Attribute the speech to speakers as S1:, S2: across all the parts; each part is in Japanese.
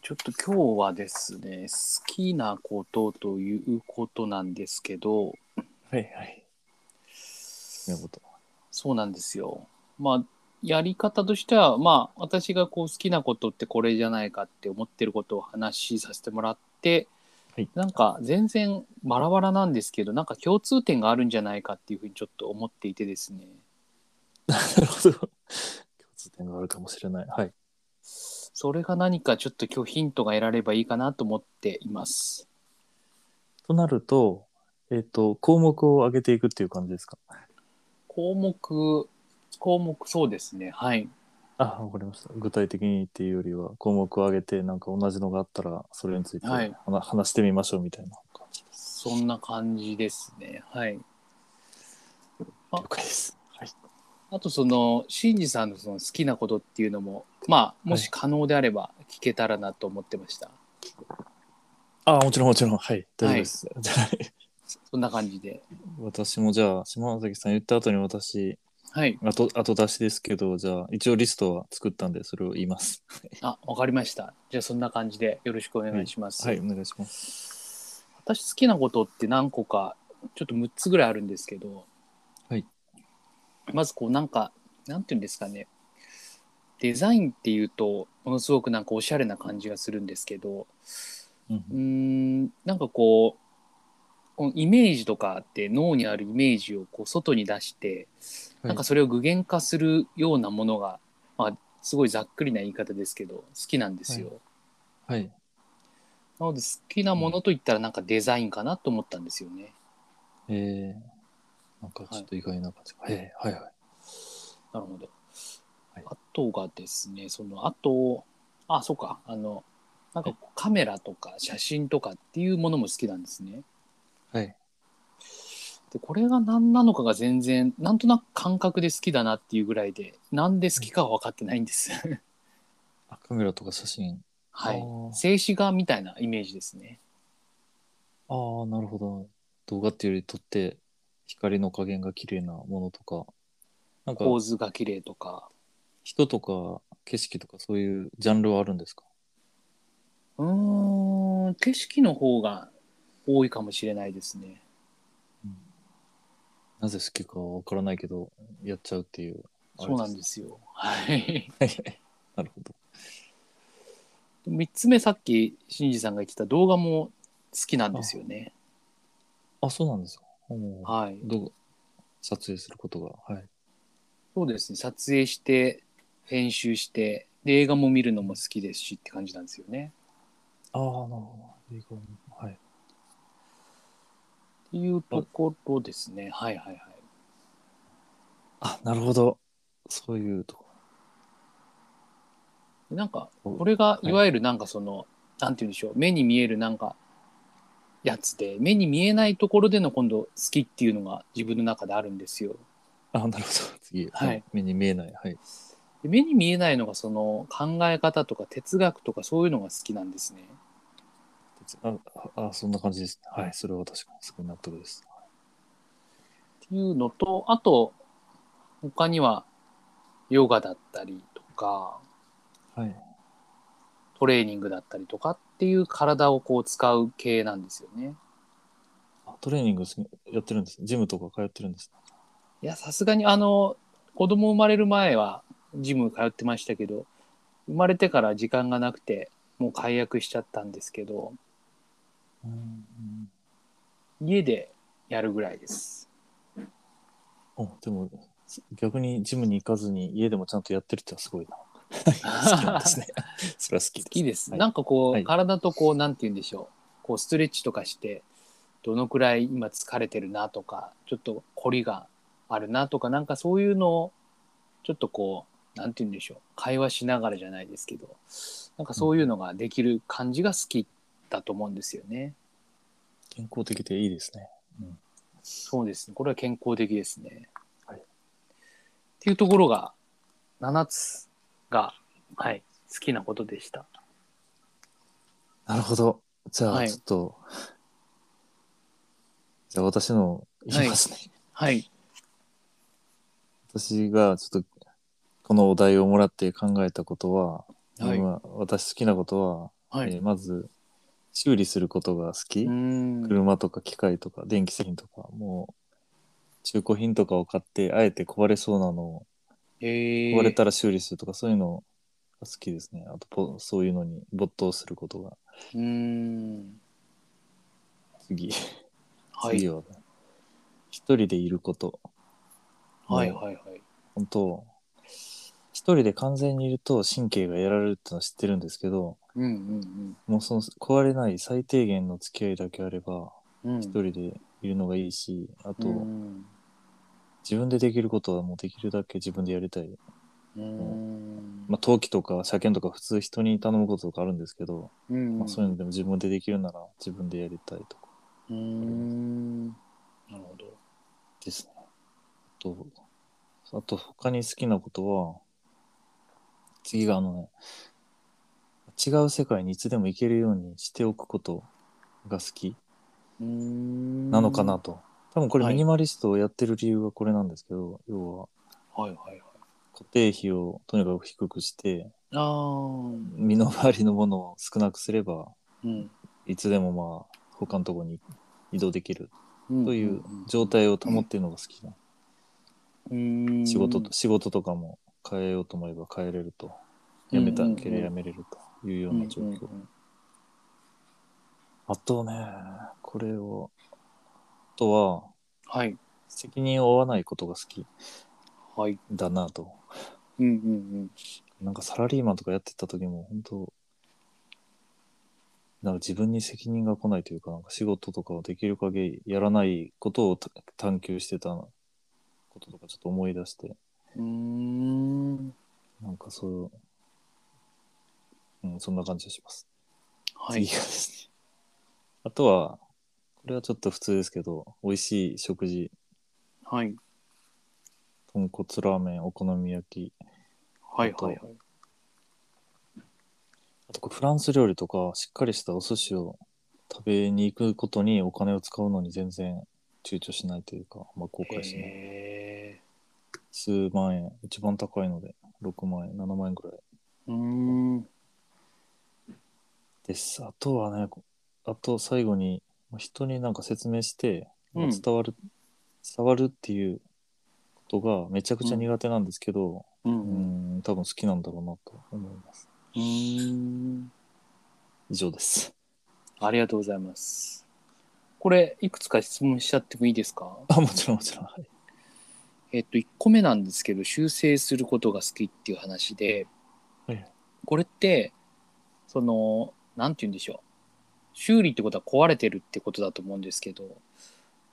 S1: ちょっと今日はですね、好きなことということなんですけど、
S2: はいはい。なるほど。
S1: そうなんですよ。まあ、やり方としては、まあ、私がこう好きなことってこれじゃないかって思ってることを話しさせてもらって、
S2: はい
S1: なんか全然バラバラなんですけど、なんか共通点があるんじゃないかっていうふうにちょっと思っていてですね。
S2: なるほど。共通点があるかもしれない。はい。
S1: それが何かちょっと今日ヒントが得られればいいかなと思っています。
S2: となると、えっ、と、項目を上げていくっていう感じですか。
S1: 項目、項目、そうですね。はい。
S2: あ、わかりました。具体的にっていうよりは、項目を上げて、なんか同じのがあったら、それについて、
S1: はい
S2: はな話してみましょうみたいな感じ。
S1: そんな感じですね。はい。あ
S2: 了解です。はい。
S1: あとその、シンジさんのその好きなことっていうのも、まあ、もし可能であれば聞けたらなと思ってました。
S2: あ、もちろんもちろん。はい。大丈夫です。じゃあ
S1: そんな感じで。
S2: 私もじゃあ、島崎さん言った後に私、
S1: はい。
S2: 後後出しですけど、じゃあ、一応リストは作ったんで、それを言います。
S1: あ、わかりました。じゃあそんな感じでよろしくお願いします。
S2: はい、お願いします。
S1: 私好きなことって何個か、ちょっと6つぐらいあるんですけど、
S2: はい。
S1: まずこうなんか、なんていうんですかね。デザインっていうと、ものすごくなんかおしゃれな感じがするんですけど、
S2: うん
S1: うーんなんかこうこのイメージとかって脳にあるイメージをこう外に出して、
S2: はい
S1: なんかそれを具現化するようなものが、まあ、すごいざっくりな言い方ですけど好きなんですよ、
S2: はい。
S1: なので好きなものといったらなんかデザインかなと思ったんですよね、
S2: えー、なんかちょっと意外な感じが。はい、えーはいはい。
S1: なるほど、
S2: はい
S1: あとがですねそのあとあそうかあのなんかこうカメラとか写真とかっていうものも好きなんですね、
S2: はい。
S1: でこれが何なのかが全然なんとなく感覚で好きだなっていうぐらいでなんで好きかは分かってないんです
S2: あカメラとか写真。
S1: は
S2: あ
S1: い
S2: ー
S1: 静止画みたいなイメージですね
S2: あー、なるほど。動画っていうより撮って、光の加減が綺麗なものとか、なんか
S1: 構図が綺麗とか
S2: 人とか景色とかそういうジャンルはあるんですか
S1: うーん景色の方が多いかもしれないですね
S2: なぜ好きかはわからないけど、やっちゃうっていう。。
S1: そうなんですすよはい
S2: なるほど。
S1: 3つ目さっき新次さんが言ってた動画も好きなんですよね
S2: あ、そうなんですか。うん
S1: はい
S2: どう撮影することが。はい。
S1: そうですね撮影して編集してで映画も見るのも好きですしって感じなんですよね
S2: ああ、なるほどいいかも。はい。
S1: っていうところですねはいはいはい
S2: あ、なるほど。そういうとこ。
S1: なんか
S2: お
S1: これが
S2: い
S1: いわゆるなんかその、なんて言うんでしょう目に見えるなんかやつで目に見えないところでの今度好きっていうのが自分の中であるんですよ。
S2: あ、なるほど。次。
S1: はい。
S2: 目に見えない。はい。
S1: で目に見えないのがその考え方とか哲学とかそういうのが好きなんですね。
S2: あ、ああそんな感じです。はい。それは確かにすごい納得です。
S1: っていうのとあと他にはヨガだったりとか
S2: はい。
S1: トレーニングだったりとかっていう体をこう使う系なんですよね。
S2: あトレーニングすやってるんです。ジムとか通ってるんです。
S1: いや、さすがに、あの、子供生まれる前は、ジム通ってましたけど、生まれてから時間がなくて、もう解約しちゃったんですけど、
S2: うん。
S1: 家でやるぐらいです。
S2: おでも、逆にジムに行かずに家でもちゃんとやってるってのはすごいな。 好きなんです
S1: 好
S2: ね。それは好きです。
S1: きです。
S2: はい
S1: なんかこう、
S2: はい
S1: 体とこう、なんて言うんでしょう、こう、ストレッチとかして、どのくらい今疲れてるなとか、ちょっと凝りがあるなとか、なんかそういうのを、ちょっとこう、なんて言うんでしょう、会話しながらじゃないですけど、なんかそういうのができる感じが好きだと思うんですよね。
S2: 健康的でいいですね。
S1: そうですね。これは健康的ですね。
S2: はい
S1: っていうところが、7つが、はい、好きなことでした。
S2: なるほど。じゃ
S1: は
S2: あ、
S1: い
S2: ちょっと、じゃあ私の言いますね。
S1: はい。
S2: 私がちょっとこのお題をもらって考えたことは、
S1: はい
S2: 今私好きなことは
S1: はい。
S2: えーまず修理することが好き、
S1: うん。
S2: 車とか機械とか電気製品とかもう中古品とかを買ってあえて壊れそうなのを
S1: へえ。
S2: 壊れたら修理するとかそういうのが好きですねあとぼそういうのに没頭することが
S1: うん。
S2: 次
S1: は
S2: 次
S1: い。
S2: は、一人でいること
S1: はいはいはい。
S2: 本当一人で完全にいると神経がやられるってのは知ってるんですけど
S1: うんうん
S2: もうその壊れない最低限の付き合いだけあれば
S1: うん。うん
S2: 一人でいるのがいいしあと、
S1: うん。
S2: 自分でできることはもうできるだけ自分でやりたい、
S1: うん。
S2: まあ、登記とか車検とか普通人に頼むこととかあるんですけど、
S1: うん
S2: まあ、そういうのでも自分でできるなら自分でやりたいとか
S1: うーん。なるほど。
S2: ですねあとあと他に好きなことは次があのね違う世界にいつでも行けるようにしておくことが好き
S1: うーん
S2: なのかな。と、多分これ
S1: は
S2: ミ
S1: い
S2: ニマリストをやってる理由はこれなんですけど、要は
S1: はいはいはい。
S2: 固定費をとにかく低くして
S1: ああ。
S2: 身の回りのものを少なくすれば
S1: うん。
S2: いつでもまあ他のところに移動できる
S1: ん
S2: という状態を保っているのが好きな、
S1: うん
S2: 仕事と仕事とかも変えようと思えば変えれると辞めたければ辞めれるというような状況、
S1: うんうん
S2: あとねこれをあとは
S1: はい。
S2: 責任を負わないことが好き
S1: はい。
S2: だなと
S1: うんうん
S2: なんかサラリーマンとかやってた時も本当なんか自分に責任が来ないというかなんか仕事とかをできる限りやらないことをた探求してたこととかちょっと思い出して
S1: うん。うーん。
S2: なんかそう、うん、そんな感じがします。
S1: はい
S2: 次。がですね。あとはこれはちょっと普通ですけど美味しい食事
S1: はい。
S2: 豚骨ラーメンお好み焼き
S1: はいはいはい。
S2: あとこうフランス料理とかしっかりしたお寿司を食べに行くことにお金を使うのに全然躊躇しないというか、まあ、後悔しない
S1: へえ。
S2: 数万円一番高いので6万円7万円ぐらいう
S1: ーん。
S2: ですあとはねこあと最後にまあ人になんか説明して、まあ
S1: うん
S2: 伝わる伝わるっていうことがめちゃくちゃ苦手なんですけど、
S1: う
S2: うんん、多分好きなんだろうなと思います
S1: うん。
S2: 以上です
S1: ありがとうございます。これ、いくつか質問しちゃってもいいですか
S2: あもちろんもちろんはい
S1: えっと、1個目なんですけど修正することが好きっていう話で、
S2: はい
S1: これってその何て言うんでしょう修理ってことは壊れてるってことだと思うんですけど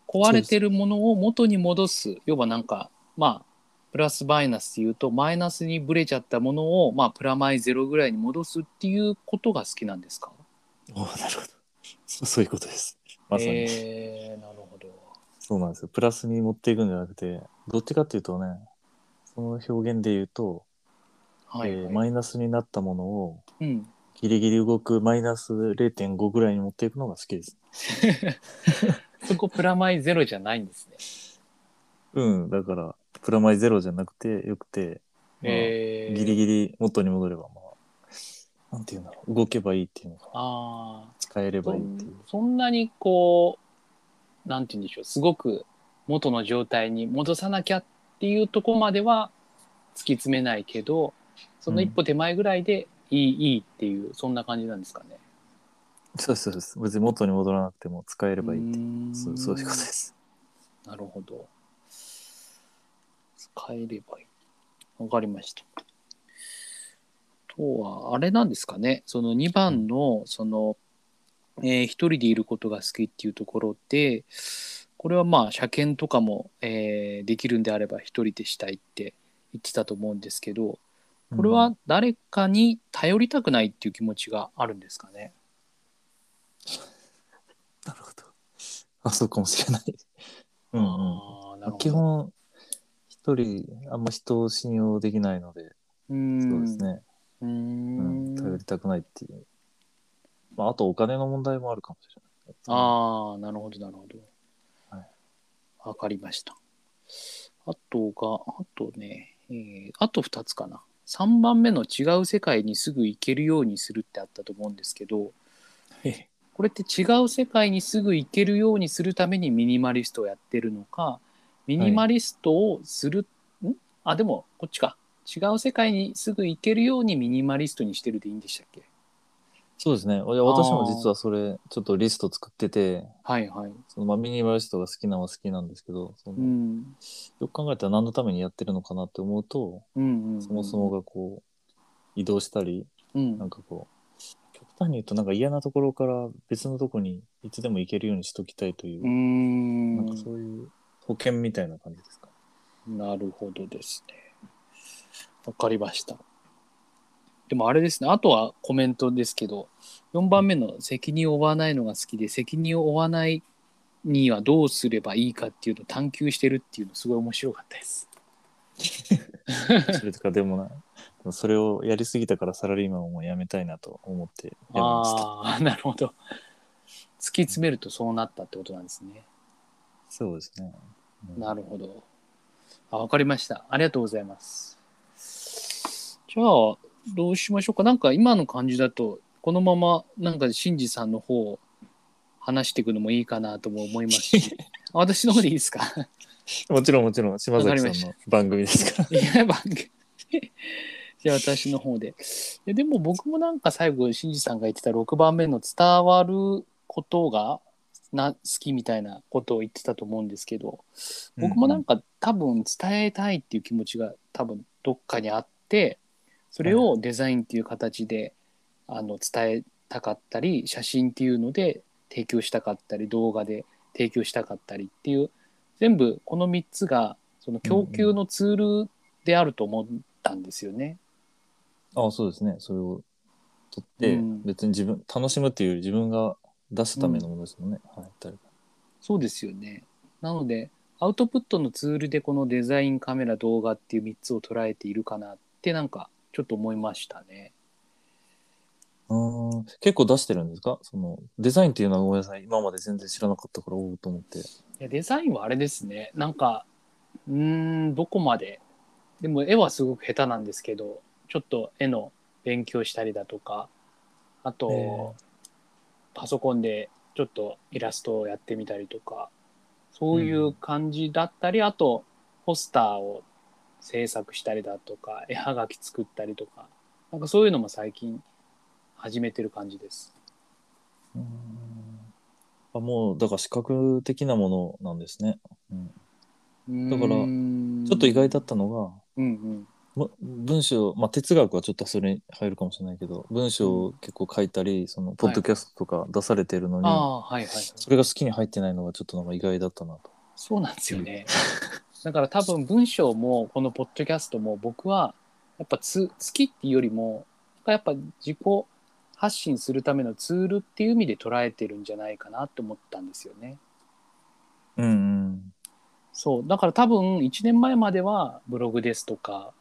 S1: 壊れてるものを元に戻す要はなんかまあプラスマイナスで言うとマイナスにブレちゃったものを、まあ、プラマイゼロぐらいに戻すっていうことが好きなんですか
S2: おーなるほど そうそういうことですまさに、
S1: えーなるほど。
S2: そうなんですよ。プラスに持っていくんじゃなくて、どっちかっていうとね、その表現で言うと、
S1: はい、
S2: えー
S1: はい
S2: マイナスになったものを
S1: うん、
S2: ギリギリ動くマイナス0.5ぐらいに持っていくのが好きです。
S1: そこプラマイゼロじゃないんですね。
S2: うん、だから、プラマイゼロじゃなくてよくて、まあ
S1: えー
S2: ギリギリ元に戻れば、まあ、なんていうんだろう、動けばいいっていうのかな、
S1: ああ
S2: 使えれば
S1: そ
S2: いいっていう。
S1: んそんなにこうなんて言うんでしょうすごく元の状態に戻さなきゃっていうとこまでは突き詰めないけどその一歩手前ぐらいでいい、いいっていうそんな感じなんですかね。
S2: そうですそうです。別に元に戻らなくても使えればいいっていうう、
S1: ん
S2: そうそういうことです。
S1: なるほど。使えればいい。わかりました。あとは、あれなんですかね。その2番の、その、えー一人でいることが好きっていうところで、これはまあ、車検とかも、えーできるんであれば一人でしたいって言ってたと思うんですけど、これ
S2: うん
S1: は誰かに頼りたくないっていう気持ちがあるんですかね。
S2: なるほど。あ、そうかもしれない。うんうん。
S1: あーなるほど
S2: 基本、一人、あんま人を信用できないので、
S1: うん
S2: そうですね、
S1: うー
S2: うん。
S1: ん
S2: 頼りたくないっていう。まあ、あとお金の問題もあるかもしれない。
S1: ああ、なるほど、なるほど。
S2: はい
S1: わかりました。あとが、あとね、えーあと2つかな。 3番目の違う世界にすぐ行けるようにするってあったと思うんですけど
S2: はい
S1: これって違う世界にすぐ行けるようにするためにミニマリストをやってるのかミニマリストをする、んあでもこっちか違う世界にすぐ行けるようにミニマリストにしてるでいいんでしたっけ
S2: そうですね。俺私も実はそれ、ちょっとリスト作ってて、
S1: はいはい。
S2: そのまあミニマリストが好きなのは好きなんですけど、その
S1: うん
S2: よく考えたら何のためにやってるのかなって思うと、
S1: うんうん、
S2: そもそもがこう、移動したり、
S1: うん
S2: なんかこう、極端に言うとなんか嫌なところから別のとこにいつでも行けるようにしときたいという
S1: ー
S2: う、
S1: ん
S2: なんかそういう保険みたいな感じですか。
S1: なるほどですね。わかりました。でもあれですね、あとはコメントですけど、4番目の責任を負わないのが好きで、責任を負わないにはどうすればいいかっていうのを探求してるっていうのすごい面白かったです。
S2: それとかでもな、でもそれをやりすぎたからサラリーマンをもう辞めたいなと思ってやめました。
S1: あ あ、なるほど。突き詰めるとそうなったってことなんですね。
S2: そうですね。うん
S1: なるほど。あ、わかりました。ありがとうございます。じゃあ、どうしましょうか。なんか今の感じだと、このまま、なんか、しんじさんの方を話していくのもいいかなとも思いますし、あ私の方でいいですか
S2: もちろんもちろん、島
S1: わか
S2: 崎
S1: り
S2: さ
S1: まし
S2: ん
S1: た
S2: の番組ですから。
S1: いや、番組。じゃあ、私の方で。いやでも、僕もなんか最後、しんじさんが言ってた6番目の伝わることがな好きみたいなことを言ってたと思うんですけど、僕もなん
S2: か、
S1: か、多分伝えたいっていう気持ちが多分どっかにあってそれをデザインっていう形で、あの伝えたかったり写真っていうので提供したかったり動画で提供したかったりっていう全部この3つがその供給のツールであると思ったんですよね。
S2: ああ、そうですね。それを取って、
S1: うん
S2: 別に自分、楽しむっていうより自分が出すためのものですもんね。はい、誰か。
S1: そうですよね。なのでアウトプットのツールでこのデザインカメラ動画っていう3つを捉えているかなってなんかちょっと思いましたね。
S2: うーん結構出してるんですかそのデザインっていうのはごめんなさい今まで全然知らなかったからおおと思って
S1: いやデザインはあれですねなんかうーんどこまででも絵はすごく下手なんですけどちょっと絵の勉強したりだとかあ
S2: へ
S1: とパソコンでちょっとイラストをやってみたりとかそういう感じだったり、あとポスターを制作したりだとか絵はがき作ったりとかなんかそういうのも最近始めてる感じです。
S2: うーんあもうだから視覚的なものなんですね、うん、
S1: だ
S2: からちょっと意外だったのが、
S1: うんうん
S2: む文章、まあ、哲学はちょっとそれに入るかもしれないけど文章を結構書いたりそのポッドキャストとか出されてるのに、
S1: ああはいはいはい。
S2: それが好きに入ってないのがちょっとなんか意外だったなと。
S1: そうなんですよね。だから多分文章もこのポッドキャストも僕はやっぱつ好きっていうよりもやっぱ自己発信するためのツールっていう意味で捉えてるんじゃないかなと思ったんですよね。
S2: うん
S1: そうだから多分1年前まではブログですとか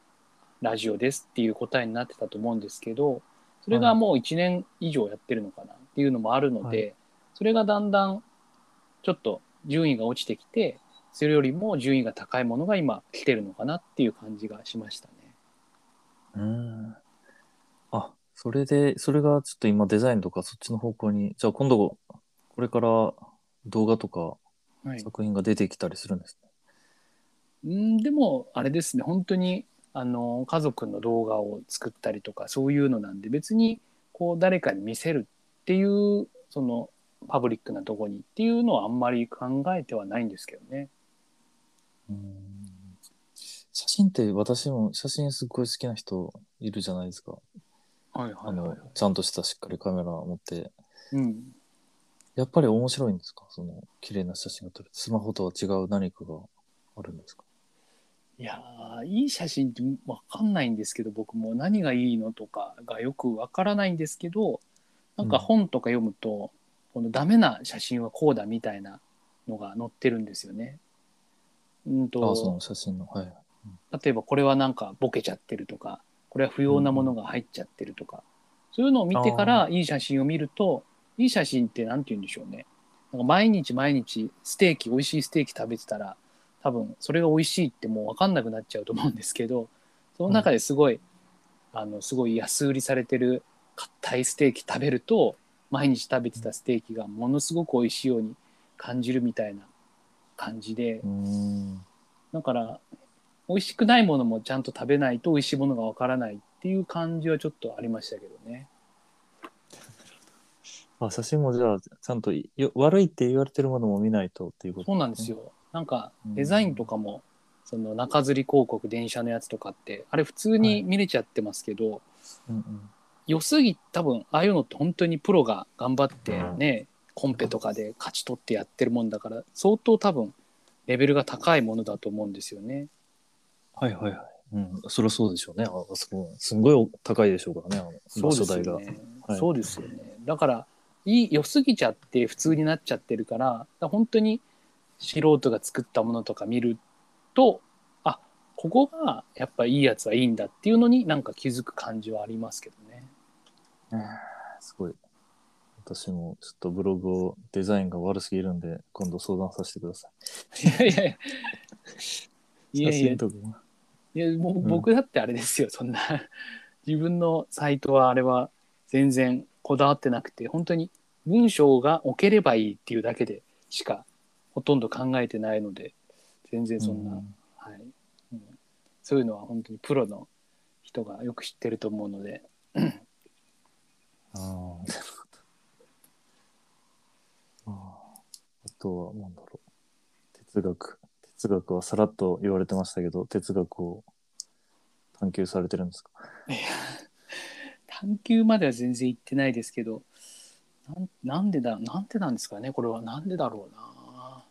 S1: ラジオですっていう答えになってたと思うんですけどそれがもう1年以上やってるのかなっていうのもあるので、
S2: は
S1: それがだんだんちょっと順位が落ちてきてそれよりも順位が高いものが今来てるのかなっていう感じがしましたね。
S2: うんうんあそれでそれがちょっと今デザインとかそっちの方向にじゃあ今度これから動画とか
S1: はい、
S2: 作品が出てきたりするんですね。
S1: うんでもあれですね本当にあの家族の動画を作ったりとかそういうのなんで別にこう誰かに見せるっていうそのパブリックなとこにっていうのはあんまり考えてはないんですけどね。
S2: うん写真って私も写真すっごい好きな人いるじゃないですか。
S1: はい
S2: あのちゃんとしたしっかりカメラ持って
S1: うん、
S2: やっぱり面白いんですかその綺麗な写真が撮れてスマホとは違う何かがあるんですか
S1: いやーいい写真ってわかんないんですけど僕も何がいいのとかがよくわからないんですけどなんか本とか読むと、このダメな写真はこうだみたいなのが載ってるんですよね。うんと
S2: あその写真のはい
S1: 例えばこれはなんかボケちゃってるとかこれは不要なものが入っちゃってるとか、そういうのを見てからいい写真を見るといい写真って何て言うんでしょうねなんか毎日毎日ステーキ美味しいステーキ食べてたら多分それが美味しいってもう分かんなくなっちゃうと思うんですけどその中ですごいあのすごい安売りされてる硬いステーキ食べると毎日食べてたステーキがものすごく美味しいように感じるみたいな感じで
S2: うん。
S1: だから美味しくないものもちゃんと食べないと美味しいものがわからないっていう感じはちょっとありましたけどね。
S2: あ、写真もじゃあ、ちゃんといよ悪いって言われてるものも見ないとっていうこと、
S1: そうなんです。よ。なんかデザインとかも、その中吊り広告電車のやつとかってあれ普通に見れちゃってますけど、
S2: うんうん。
S1: 良すぎ多分ああいうのって本当にプロが頑張ってね、コンペとかで勝ち取ってやってるもんだから相当多分レベルが高いものだと思うんですよね。
S2: はいはいはい。うん、そりゃそうでしょうね。ああそこ、すんごい高いでしょうからね、あの場所代が。
S1: そうですよね
S2: はい
S1: そうですよね。だからいい良すぎちゃって普通になっちゃってるからだから本当に素人が作ったものとか見るとあここがやっぱいいやつはいいんだっていうのになんか気づく感じはありますけど ね。
S2: すごい。私もちょっとブログをデザインが悪すぎるんで、今度相談させてくださ
S1: いやいやいやい
S2: い。
S1: やいや
S2: 写真とかも
S1: いやもうん僕だってあれですよ、そんな 自分のサイトはあれは全然こだわってなくて本当に文章が置ければいいっていうだけでしかほとんど考えてないので全然そんな、
S2: う
S1: はいうん、そういうのは本当にプロの人がよく知ってると思うので
S2: ああ、なるほど。あああとは、なんだろう。哲学。哲学はさらっと言われてましたけど、哲学を探求されてるんですか
S1: 探求までは全然行ってないですけどなんなんでだなんでなんですかねこれはなんでだろうな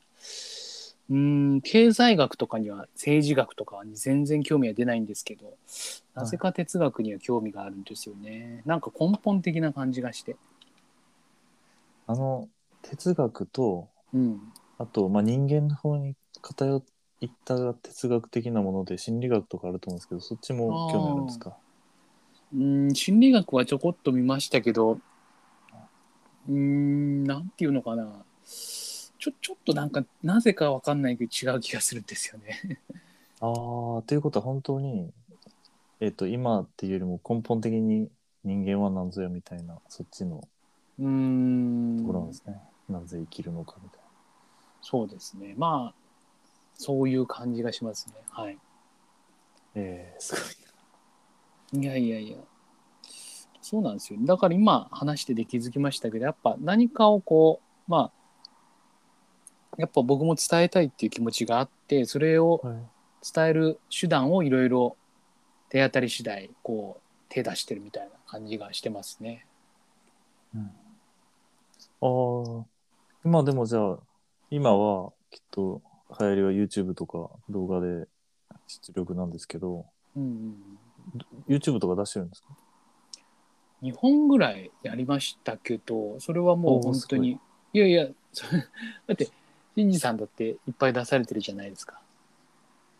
S1: うーん経済学とかには政治学とかに全然興味は出ないんですけどなぜか哲学には興味があるんですよね、なんか根本的な感じがして
S2: あの、哲学と、
S1: うん
S2: あと、まあ、人間の方に偏った哲学的なもので、心理学とかあると思うんですけど、そっちも興味あるんですか
S1: うーん心理学はちょこっと見ましたけどうーんなんていうのかなちょちょっとなんかなぜかわかんないけど違う気がするんですよね。
S2: ああ、ということは本当に、えっ、と、今っていうよりも根本的に人間は何ぞやみたいな、そっちの
S1: うーん
S2: ところなんですね。なぜ生きるのかみたい
S1: そうですね。まあ、そういう感じがしますね。はい。
S2: な。ええすごい
S1: いやいやいや。そうなんですよ。だから今話してて気づきましたけど、やっぱ何かをこう、まあ、やっぱ僕も伝えたいっていう気持ちがあって、それを
S2: な。はい。
S1: 伝える手段をいろいろ手当たり次第、こう、手出してるみたいな感じがしてますね。
S2: ああ、今でもじゃあ、今はきっと流行りは YouTube とか動画で出力なんですけど、
S1: うんうんうん。
S2: YouTube とか出してるんですか
S1: 2本ぐらいやりましたけどそれはもう本当にいや いやそれだって新次さんだっていっぱい出されてるじゃないですか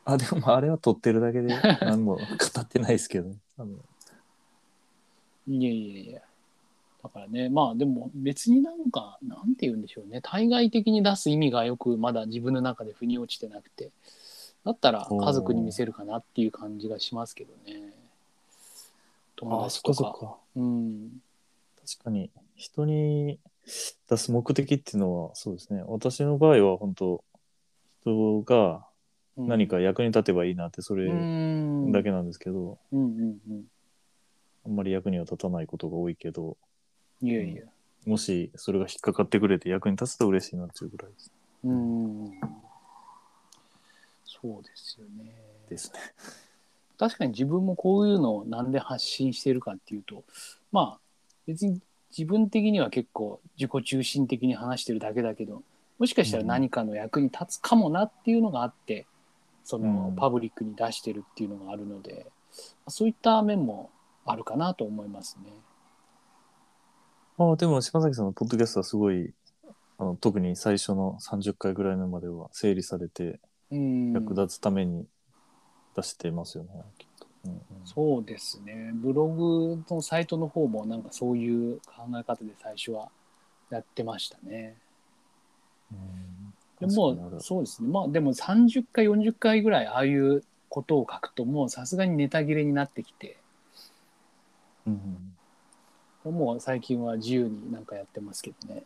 S2: あ、でもまああれは撮ってるだけ で何も語ってないですけどね。あの
S1: いやいやいやだからねまあでも別になんかなんて言うんでしょうね対外的に出す意味がよくまだ自分の中で腑に落ちてなくてだったら家族に見せるかなっていう感じがしますけどね友達とか
S2: か。
S1: うん
S2: 確かに人に出す目的っていうのはそうですね私の場合は本当人が
S1: うん
S2: 何か役に立てばいいなってそれ
S1: うん
S2: だけなんですけど、
S1: うんうん
S2: あんまり役には立たないことが多いけど
S1: うんいやいや
S2: もしそれが引っかかってくれて役に立つと嬉しいなっていうぐらいです
S1: うんそうですよね。
S2: ですね。
S1: 確かに自分もこういうのをなんで発信してるかっていうとまあ別に自分的には結構自己中心的に話してるだけだけどもしかしたら何かの役に立つかもなっていうのがあってその
S2: うん
S1: パブリックに出してるっていうのがあるので、そういった面もあるかなと思いますね。
S2: まあでも島崎さんのポッドキャストはすごいあの特に最初の30回ぐらい目までは整理されて
S1: うん
S2: 役立つために出してますよね、きっと。うんうん
S1: そうですね。ブログのサイトの方もなんかそういう考え方で最初はやってましたね。
S2: うん
S1: で
S2: 確かにあ
S1: も
S2: る
S1: そうですね。まあでも30回40回ぐらいああいうことを書くともうさすがにネタ切れになってきて、
S2: うん。
S1: もう最近は自由になんかやってますけどね。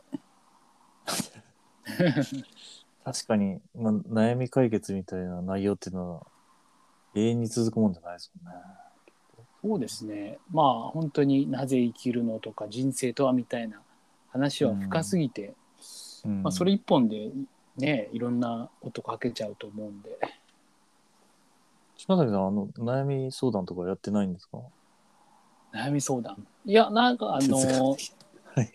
S2: 確かに、まあ、悩み解決みたいな内容っていうのは、永遠に続くもんじゃないですもんね。
S1: そうですね。まあ本当になぜ生きるのとか人生とはみたいな話は深すぎて、
S2: うん
S1: まあ、それ一本でねいろんなことかけちゃうと思うんで
S2: 島崎さん、あの、悩み相談とかやってないんですか
S1: 悩み相談いやなんかあの
S2: 哲学的はい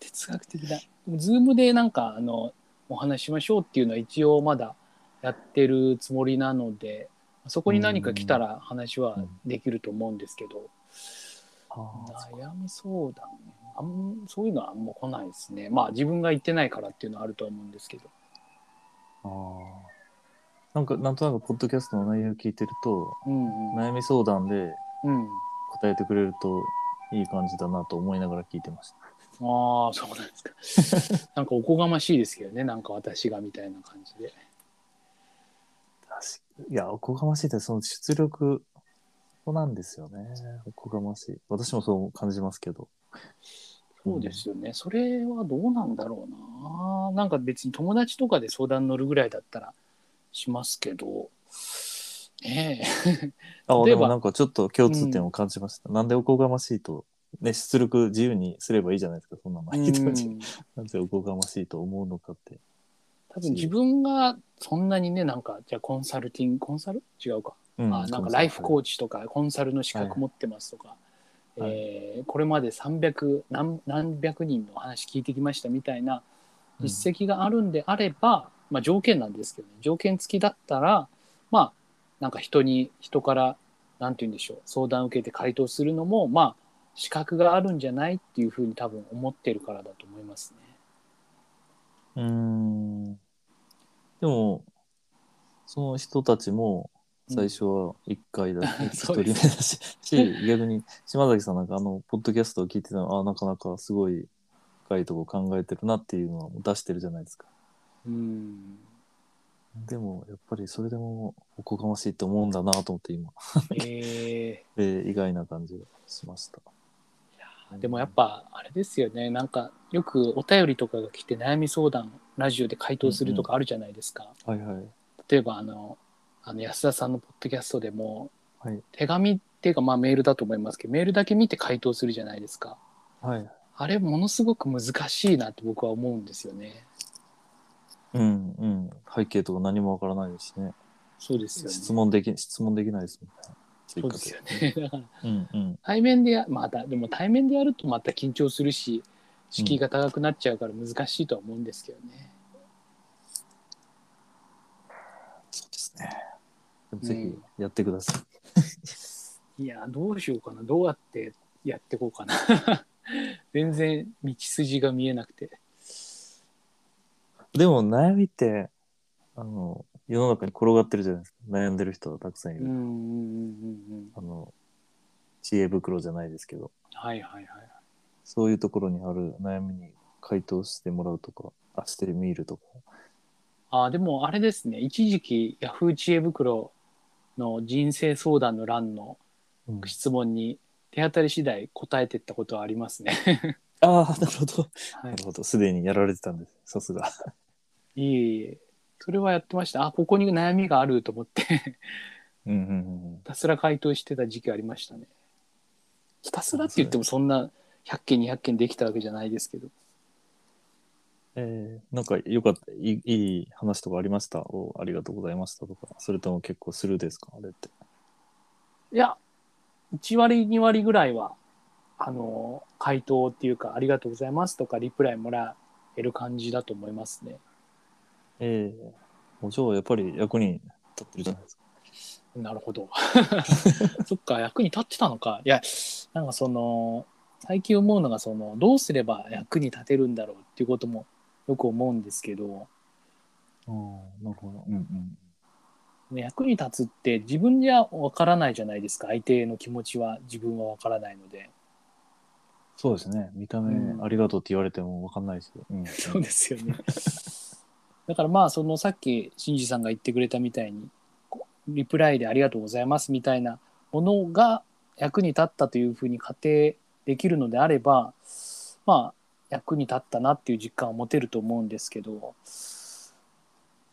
S1: 哲学的だズームでなんかあのお話ししましょうっていうのは一応まだやってるつもりなのでそこに何か来たら話はできると思うんですけど、悩み相談あんそういうのはあんま来ないですねまあ自分が言ってないからっていうのはあるとは思うんですけど
S2: あーなんか、なんとなく、ポッドキャストの内容聞いてると、
S1: うんうん
S2: 悩み相談で
S1: うん
S2: 答えてくれるといい感じだなと思いながら聞いてました。
S1: ああ、そうなん ですか。なんかおこがましいですけどね、なんか私がみたいな感じで。
S2: 確かいや、おこがましいって、その出力、そうなんですよね。おこがましい。私もそう感じますけど。
S1: そうですよね。それはどうなんだろうな。なんか別に友達とかで相談乗るぐらいだったらしますけど、ね
S2: あ
S1: 例え
S2: で
S1: ば
S2: もなんかちょっと共通点を感じました。なんでおこがましいと、ね、出力自由にすればいいじゃないですか、そんなの
S1: え。
S2: 相手の
S1: う
S2: 自由
S1: ん
S2: なんでおこがましいと思うのかって。
S1: 多分自分がそんなにね、なんか、じゃあコンサルティング、コンサル違うか。
S2: うん
S1: あなんかライフコーチとかコンサルの資
S2: は
S1: 格
S2: い
S1: 持ってますとか、
S2: はい
S1: えーこれまで300何何百人の話聞いてきましたみたいな
S2: うん
S1: 実績があるんであれば、まあ、条件なんですけどね条件付きだったらまあなんか人に人から何て言うんでしょう相談受けて回答するのもまあ資格があるんじゃないっていうふうに多分思ってるからだと思いますね。
S2: うーん。でも、その人たちも最初は1回 だし、
S1: そ
S2: 1
S1: うで
S2: 人目だし、し逆に島崎さんなんかあの、ポッドキャストを聞いてたのあなかなかすごい深いとこ考えてるなっていうのは出してるじゃないですか。
S1: うん
S2: でも、やっぱりそれでもおこがましいと思うんだなと思って今、
S1: えー
S2: えー意外な感じがしました。
S1: でもやっぱあれですよねなんかよくお便りとかが来て悩み相談ラジオで回答するとかあるじゃないですか、
S2: はいはい。
S1: 例えばあのあの安田さんのポッドキャストでも
S2: はい。
S1: 手紙っていうかまあメールだと思いますけどメールだけ見て回答するじゃないですか
S2: はい。
S1: あれものすごく難しいなって僕は思うんですよね
S2: うんうん。背景とか何もわからないですしね。
S1: そうですよね
S2: 質問でき、質問できないですもんね。
S1: そうですよねだから
S2: うんうん。
S1: 対面でやまたでも対面でやるとまた緊張するし敷居が高くなっちゃうから難しいとは思うんですけどね、
S2: そうですね。でも
S1: うん
S2: ぜひやってください。
S1: いや、どうしようかな。どうやってやってこうかな。 全然道筋が見えなくて。
S2: でも悩みって、あの、世の中に転がってるじゃないですか。悩んでる人はたくさんいる。
S1: うんうんうんうんうん。
S2: あの、知恵袋じゃないですけど、
S1: はいはいはい。
S2: そういうところにある悩みに回答してもらうとか、あ、してみるとか。
S1: あーでもあれですね。一時期、ヤフー知恵袋の人生相談の欄の
S2: うん
S1: 質問に手当たり次第答えてったことはありますね。
S2: ああ、なるほど。
S1: は
S2: なるほど。すでにやられてたんです。さすが。
S1: い、いえいえ。それはやってました。あ、ここに悩みがあると思って、 ひ
S2: うんうんうんうん。
S1: たすら回答してた時期ありましたね。ひたすらって言ってもそんな100件200件できたわけじゃないですけど。
S2: えー、なんかよかったいい、いい話とかありましたおありがとうございましたとか、それとも結構スルーですかあれって。
S1: いや、1割、2割ぐらいは、あの、回答っていうか、ありがとうございますとか、リプライもらえる感じだと思いますね。
S2: ええもうじゃあやっぱり役に立ってるじゃないですか。
S1: なるほど。そっか、役に立ってたのか。いや、なんかその、最近思うのが、その、どうすれば役に立てるんだろうっていうこともよく思うんですけど、
S2: ああ、なるほど。うんうん。
S1: 役に立つって自分じゃわからないじゃないですか。相手の気持ちは自分はわからないので。
S2: そうですね。見た目、
S1: うん
S2: ありがとうって言われても分かんないですけど。うん、
S1: そうですよね。だからまあそのさっき新次さんが言ってくれたみたいにこうリプライで「ありがとうございます」みたいなものが役に立ったというふうに仮定できるのであればまあ役に立ったなっていう実感を持てると思うんですけどそ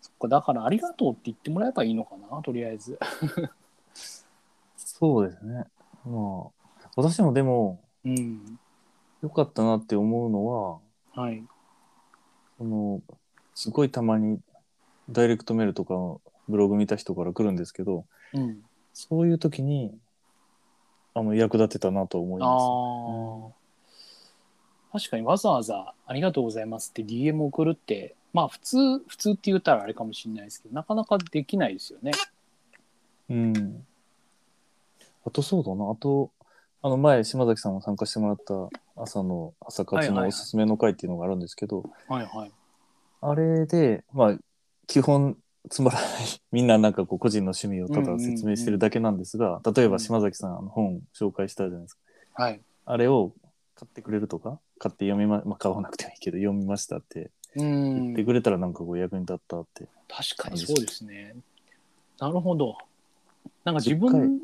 S1: っかだからありがとうって言ってもらえばいいのかなとりあえず。
S2: そうですね。まあ、私もでも、
S1: うん
S2: 良かったなって思うのは、
S1: はい、
S2: その、すごいたまに、ダイレクトメールとか、ブログ見た人から来るんですけど、
S1: うん、
S2: そういう時に、あの、役立てたなと思いま
S1: ああ確かにわざわざ「ありがとうございます」って DM 送るってまあ普通普通って言ったらあれかもしれないですけどなかなかできないですよね。
S2: す。うん。あと、そうだな。あと、あの、前、島崎さんも参加してもらった、朝の、朝活
S1: はいはいは
S2: の
S1: い
S2: おすすめの回っていうのがあるんですけど、
S1: はいはい、
S2: あれで、まあ、基本、つまらない。 みんななんかこう、個人の趣味をただ説明してるだけなんですが、例えば島崎さん、あの本紹介したじゃないですか。
S1: はい
S2: あれを買ってくれるとか、買って読みま、まあ、買わなくてもいいけど、読みましたって
S1: う
S2: 言
S1: ん
S2: ってくれたらなんかこう、役に立ったって。
S1: 確かにそうですね。なるほど。なんか自分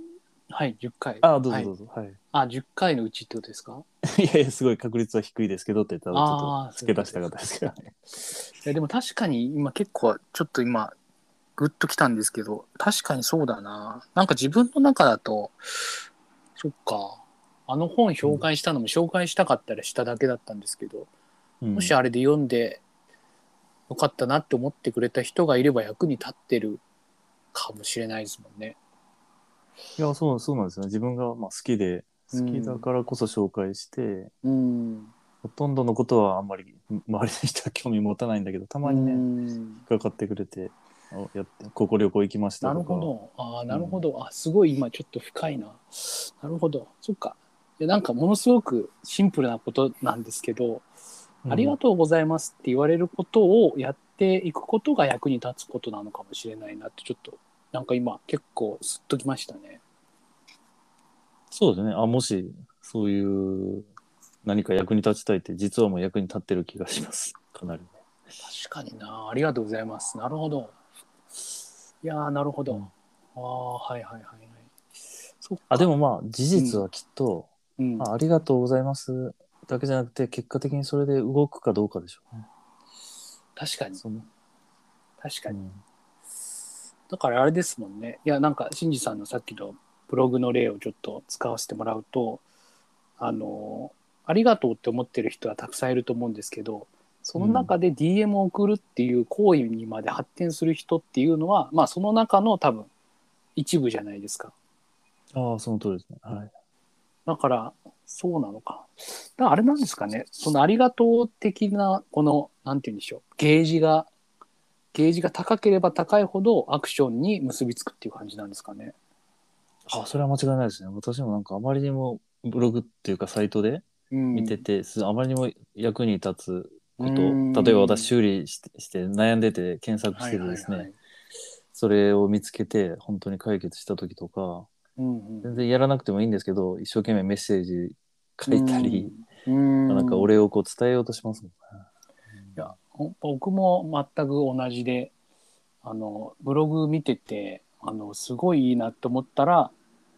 S1: はい10回
S2: ああ、どう
S1: は
S2: ぞ
S1: い
S2: どうぞ。はい。
S1: あ10回のうちってことですか
S2: い、やいや、すごい確率は低いですけどって言ったら、ちょっ
S1: ああ
S2: と付け出したかったですけどね。
S1: いやでも確かに今結構ちょっと今グッときたんですけど確かにそうだななんか自分の中だとそっかあの本紹介したのも紹介したかったらしただけだったんですけど、
S2: うん
S1: もしあれで読んでよかったなって思ってくれた人がいれば役に立ってるかもしれないですもんね。
S2: いや、そう、そうなんですよね。自分がまあ好きで、好きだからこそ紹介して、
S1: うん、
S2: ほとんどのことはあんまり周りの人は興味持たないんだけど、たまにね、
S1: うん
S2: 引っかかってくれて、あやってここ旅行行きました
S1: な
S2: と
S1: る
S2: か。
S1: ほど。ああ、なるほど。あ、すごい今ちょっと深いな。なるほど。そっか。いやなんかものすごくシンプルなことなんですけど、
S2: うん
S1: ありがとうございますって言われることをやっていくことが役に立つことなのかもしれないなって、ちょっと、なんか今結構すっときましたね。
S2: そうですね。あ、もし、そういう何か役に立ちたいって、実はもう役に立ってる気がします。 かなり。
S1: 確かにな。ありがとうございます。なるほど。いやー、なるほど。
S2: うん
S1: ああ、はいはいはいはい。そっか。
S2: あ、でもまあ、事実はきっと、
S1: うん、
S2: あ、ありがとうございますだけじゃなくて、結果的にそれで動くかどうかでしょうね。
S1: 確かに、
S2: その
S1: 確かに。
S2: うん
S1: だからあれですもんね。いや、なんか、しんじさんのさっきのブログの例をちょっと使わせてもらうと、あの、ありがとうって思ってる人はたくさんいると思うんですけど、その中で DM を送るっていう行為にまで発展する人っていうのは、まあ、その中の多分、一部じゃないですか。
S2: ああ、その通りですね。はい。
S1: だから、そうなのか。だからあれなんですかね。そのありがとう的な、この、なんて言うんでしょう。ゲージが、ゲージが高ければ高いほどアクションに結びつくっていう感じなんですかね。
S2: ああ、それは間違いないですね。私もなんかあまりにもブログっていうかサイトで
S1: 見
S2: 見てて、すあまりにも役に立つこ
S1: うん
S2: と、例えば私修理してして悩んでて検索しててですね、
S1: はいはいはい
S2: それを見つけて本当に解決した時とか
S1: うんうん
S2: 全然やらなくてもいいんですけど一生懸命メッセージ書いたり、
S1: うん、
S2: なんかお
S1: い
S2: 礼をこう伝えようとしますもんね。
S1: やほん僕も全く同じであのブログ見ててあのすごいいいなと思ったら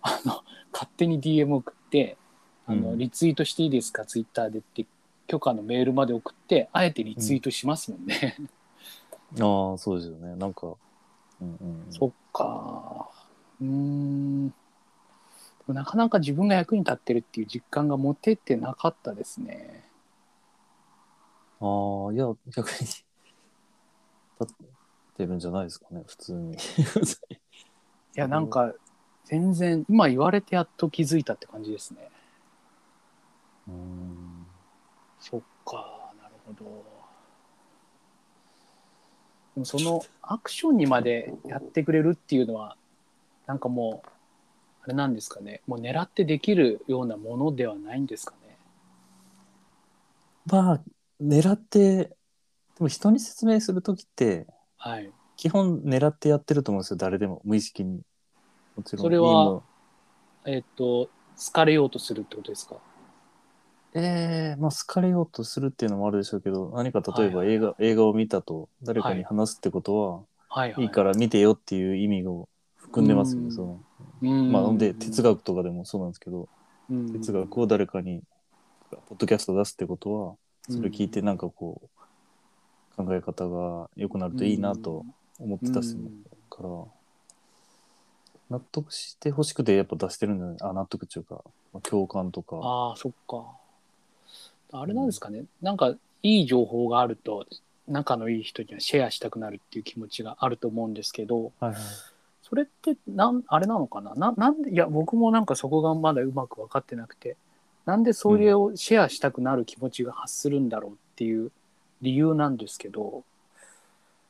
S1: あの勝手に DM 送ってあの、
S2: うん
S1: リツイートしていいですかツイッターでって許可のメールまで送ってあえてリツイートしますもんね、
S2: ああそうですよねなんか、うんうんう ん、
S1: そっかうーんでもなかなか自分が役に立ってるっていう実感が持ててなかったですね
S2: ああいや逆に立ってるんじゃないですかね普 通に。い
S1: いやなんか全然今言われてやっと気づいたって感じですね。
S2: うん
S1: そっかなるほど。でもそのアクションにまでやってくれるっていうのはなんかもうあれなんですかねもう狙ってできるようなものではないんですかね。
S2: まあ狙ってでも人に説明する時って
S1: はい。
S2: 基本狙ってやってると思うんですよ誰でも無意識にもちろん
S1: それはい
S2: いもん
S1: えっ、と好かれようとするってことですか。
S2: えーまあ好かれようとするっていうのもあるでしょうけど何か例えば
S1: はいはい
S2: 映画,、映画を見たと誰か
S1: は
S2: に
S1: い
S2: 話すってことは、
S1: はいはい。
S2: い、いから見てよっていう意味を含んでますよ
S1: う
S2: ね
S1: ん
S2: その
S1: うん
S2: まあ、で哲学とかでもそうなんですけど、
S1: うん
S2: 哲学を誰かにポッドキャスト出すってことはそれ聞いてなんかこう考え方が良くなるといいなと思ってたっすね、から納得してほしくてやっぱ出してるんだよねあ納得っていうかまあ共感とか
S1: ああそっかあれなんですかね、なんかいい情報があると仲のいい人にはシェアしたくなるっていう気持ちがあると思うんですけど
S2: はいはい
S1: それってなんあれなのかなななんでいや僕もなんかそこがまだうまく分かってなくてなんでそれをシェアしたくなる気持ちが発するんだろうっていう理由なんですけど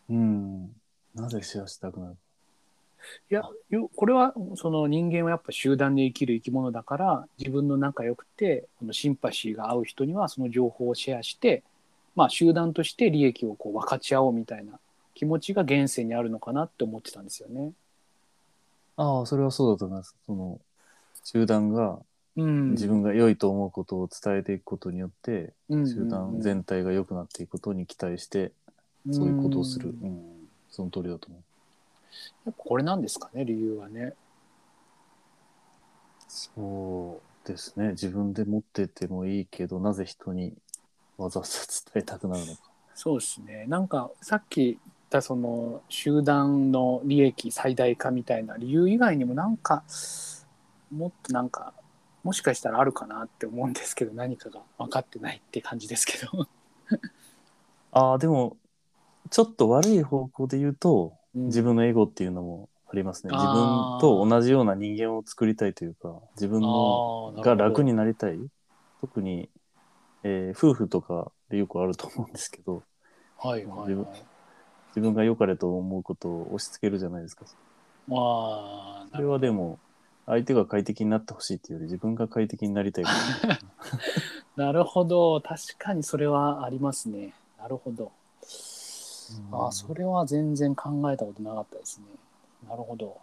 S2: うんなぜシェアしたくなる
S1: いやよこれはその人間はやっぱ集団で生きる生き物だから自分の仲良くてこのシンパシーが合う人にはその情報をシェアして、まあ、集団として利益をこう分かち合おうみたいな気持ちが現世にあるのかなって思ってたんですよね。
S2: ああそれはそうだと思いますその集団が
S1: うん、
S2: 自分が良いと思うことを伝えていくことによって、集団全体が良くなっていくことに期待して、そういうことをする、
S1: うん
S2: うんその通りだと思う
S1: やっぱこれなんですかね理由はね。
S2: そうですね自分で持っててもいいけどなぜ人にわざわざ伝えたくなるのか
S1: そうですねなんかさっき言ったその集団の利益最大化みたいな理由以外にもなんかもっとなんかもしかしたらあるかなって思うんですけど何かが分かってないって感じですけ ど、
S2: ああでもちょっと悪い方向で言うと自分のエゴっていうのもありますね自
S1: あ
S2: 分
S1: ー
S2: と同じような人間を作りたいというか自分のが楽になりたい特に、えー夫婦とかでよくあると思うんですけど
S1: はいはい、はい、
S2: 自分が良かれと思うことを押し付けるじゃないですか
S1: まあ
S2: それはでも相手が快適になってほしいっていうより自分が快適になりたいから
S1: なるほど確かにそれはありますねなるほど、あーそれは全然考えたことなかったですねなるほど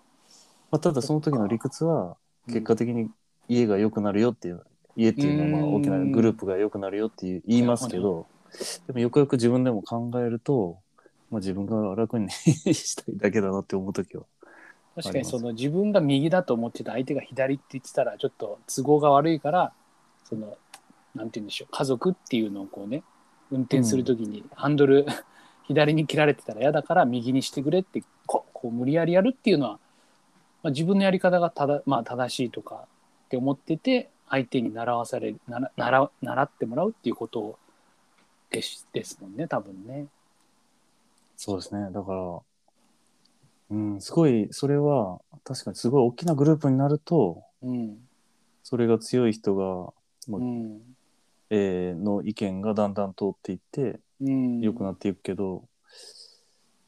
S2: まあ、ただその時の理屈は結果的に家が良くなるよっていう、家っていうのはまあ
S1: うん
S2: 大きなグループが良くなるよっていう言いますけどでもよくよく自分でも考えると、まあ、自分が楽に したいだけだなって思う時は
S1: 確かにその自分が右だと思ってた相手が左って言ってたらちょっと都合が悪いからそのなんて言うんでしょう家族っていうのをこうね運転する時にハンドル、 左に切られてたら嫌だから右にしてくれってここう無理やりやるっていうのは、まあ、自分のやり方がただ、まあ、正しいとかって思ってて相手に習わされるなら習わ習ってもらうっていうことをですですもんね多分ね。
S2: そうですねだからうんすごいそれは確かにすごい大きなグループになると
S1: うん
S2: それが強い人が、まあ
S1: うん
S2: えーの意見がだんだん通っていって
S1: うん、
S2: 良くなっていくけど、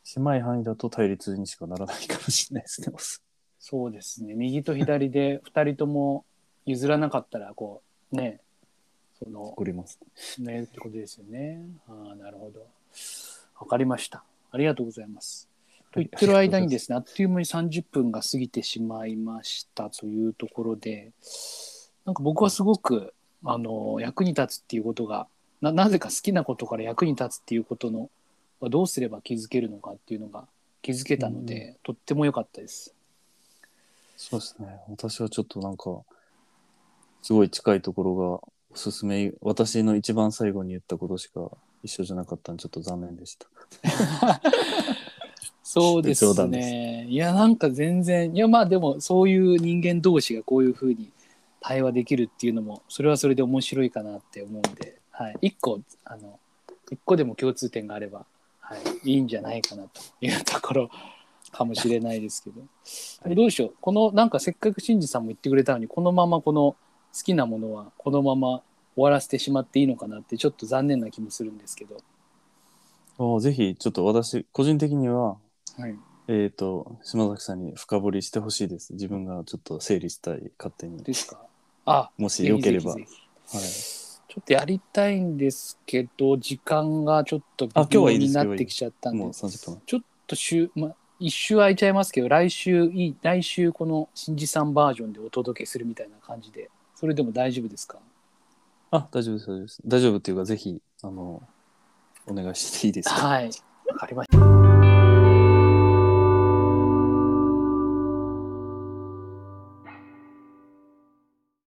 S2: 狭い範囲だと対立にしかならないかもしれないですね。
S1: そうですね右と左で2人とも譲らなかったらこうねその
S2: 怒ります。
S1: ねってことですよねああなるほどわかりましたありがとうございますと言ってる間にですねあっという間に30分が過ぎてしまいましたというところでなんか僕はすごくあの役に立つっていうことがななぜか好きなことから役に立つっていうことのまあどうすれば気づけるのかっていうのが気づけたので、とっても良かったです。
S2: そうですね。私はちょっとなんか、すごい近いところがおすすめ、私の一番最後に言ったことしか一緒じゃなかったんで、ちょっと残念でした。
S1: そうで
S2: 冗
S1: す
S2: 談
S1: ね。いや、なんか全然、いや、まあでも、そういう人間同士がこういうふうに対話できるっていうのも、それはそれで面白いかなって思うんで、はい。一個、あの、一個でも共通点があれば、はい、いいんじゃないかなというところかもしれないです けど。
S2: はい
S1: どうしよう。この、なんかせっかく新次さんも言ってくれたのに、このままこの好きなものは、このまま終わらせてしまっていいのかなって、ちょっと残念な気もするんですけど。
S2: ああぜひ、ちょっと私、個人的には、
S1: はい。
S2: えっ、と、島崎さんに深掘りしてほしいです。自分がちょっと整理したい、勝手に。
S1: ですか。あ、
S2: もしよければ。
S1: ぜひぜひぜひちょっとやりたいんですけど、時間がちょっと
S2: あ今日は
S1: 微妙
S2: いいで
S1: に
S2: す
S1: なってきちゃった
S2: はい。
S1: んで、
S2: もう30分。
S1: ちょっと週、ま、一週空いちゃいますけど、来週いい、来週この新次さんバージョンでお届けするみたいな感じで、それでも大丈夫です か
S2: あ、大丈夫です、大丈夫です。大丈夫っていうか、ぜひ、あの、お願いしていいですか。
S1: はい。わかりました。